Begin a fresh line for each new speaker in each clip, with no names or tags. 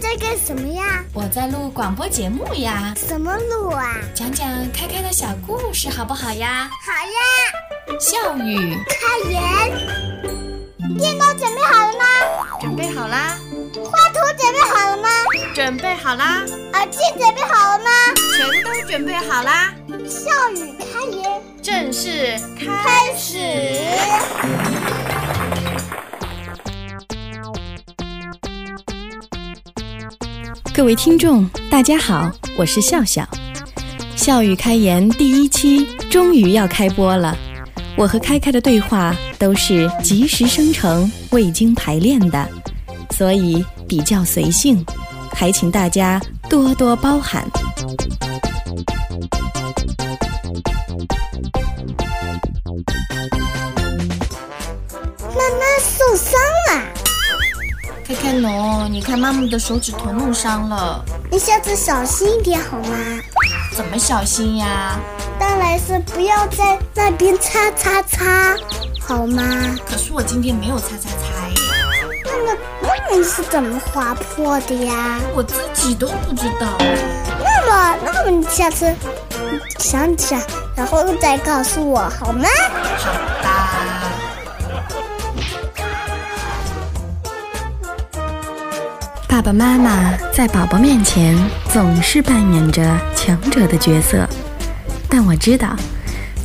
在干什么呀？
我在录广播节目呀，
什么路啊？
讲讲开开的小故事好不好呀？
好呀，
笑语
开演。电脑准备好了吗？
准备好啦，
画图准备好了吗？
准备好啦，
耳机准备好了吗？
全都准备好啦，
笑语开言
正式
开
开
始。
各位听众，大家好，我是笑笑。笑语开言第一期终于要开播了，我和开开的对话都是即时生成、未经排练的，所以比较随性，还请大家多多包涵。
妈妈受伤了，
开开龙，你看妈妈的手指头弄伤了，
你下次小心一点好吗？
怎么小心呀？
当然是不要在那边擦擦擦，好吗？
可是我今天没有擦擦擦耶，
那么那你是怎么划破的呀？
我自己都不知道耶。
那么那么你下次想起来，然后再告诉我好吗？
好吧，
爸爸妈妈在宝宝面前总是扮演着强者的角色，但我知道，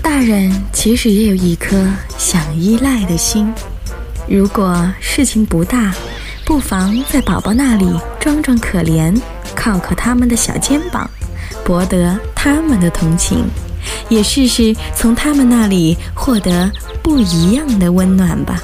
大人其实也有一颗想依赖的心。如果事情不大，不妨在宝宝那里装装可怜，靠靠他们的小肩膀，博得他们的同情，也试试从他们那里获得不一样的温暖吧。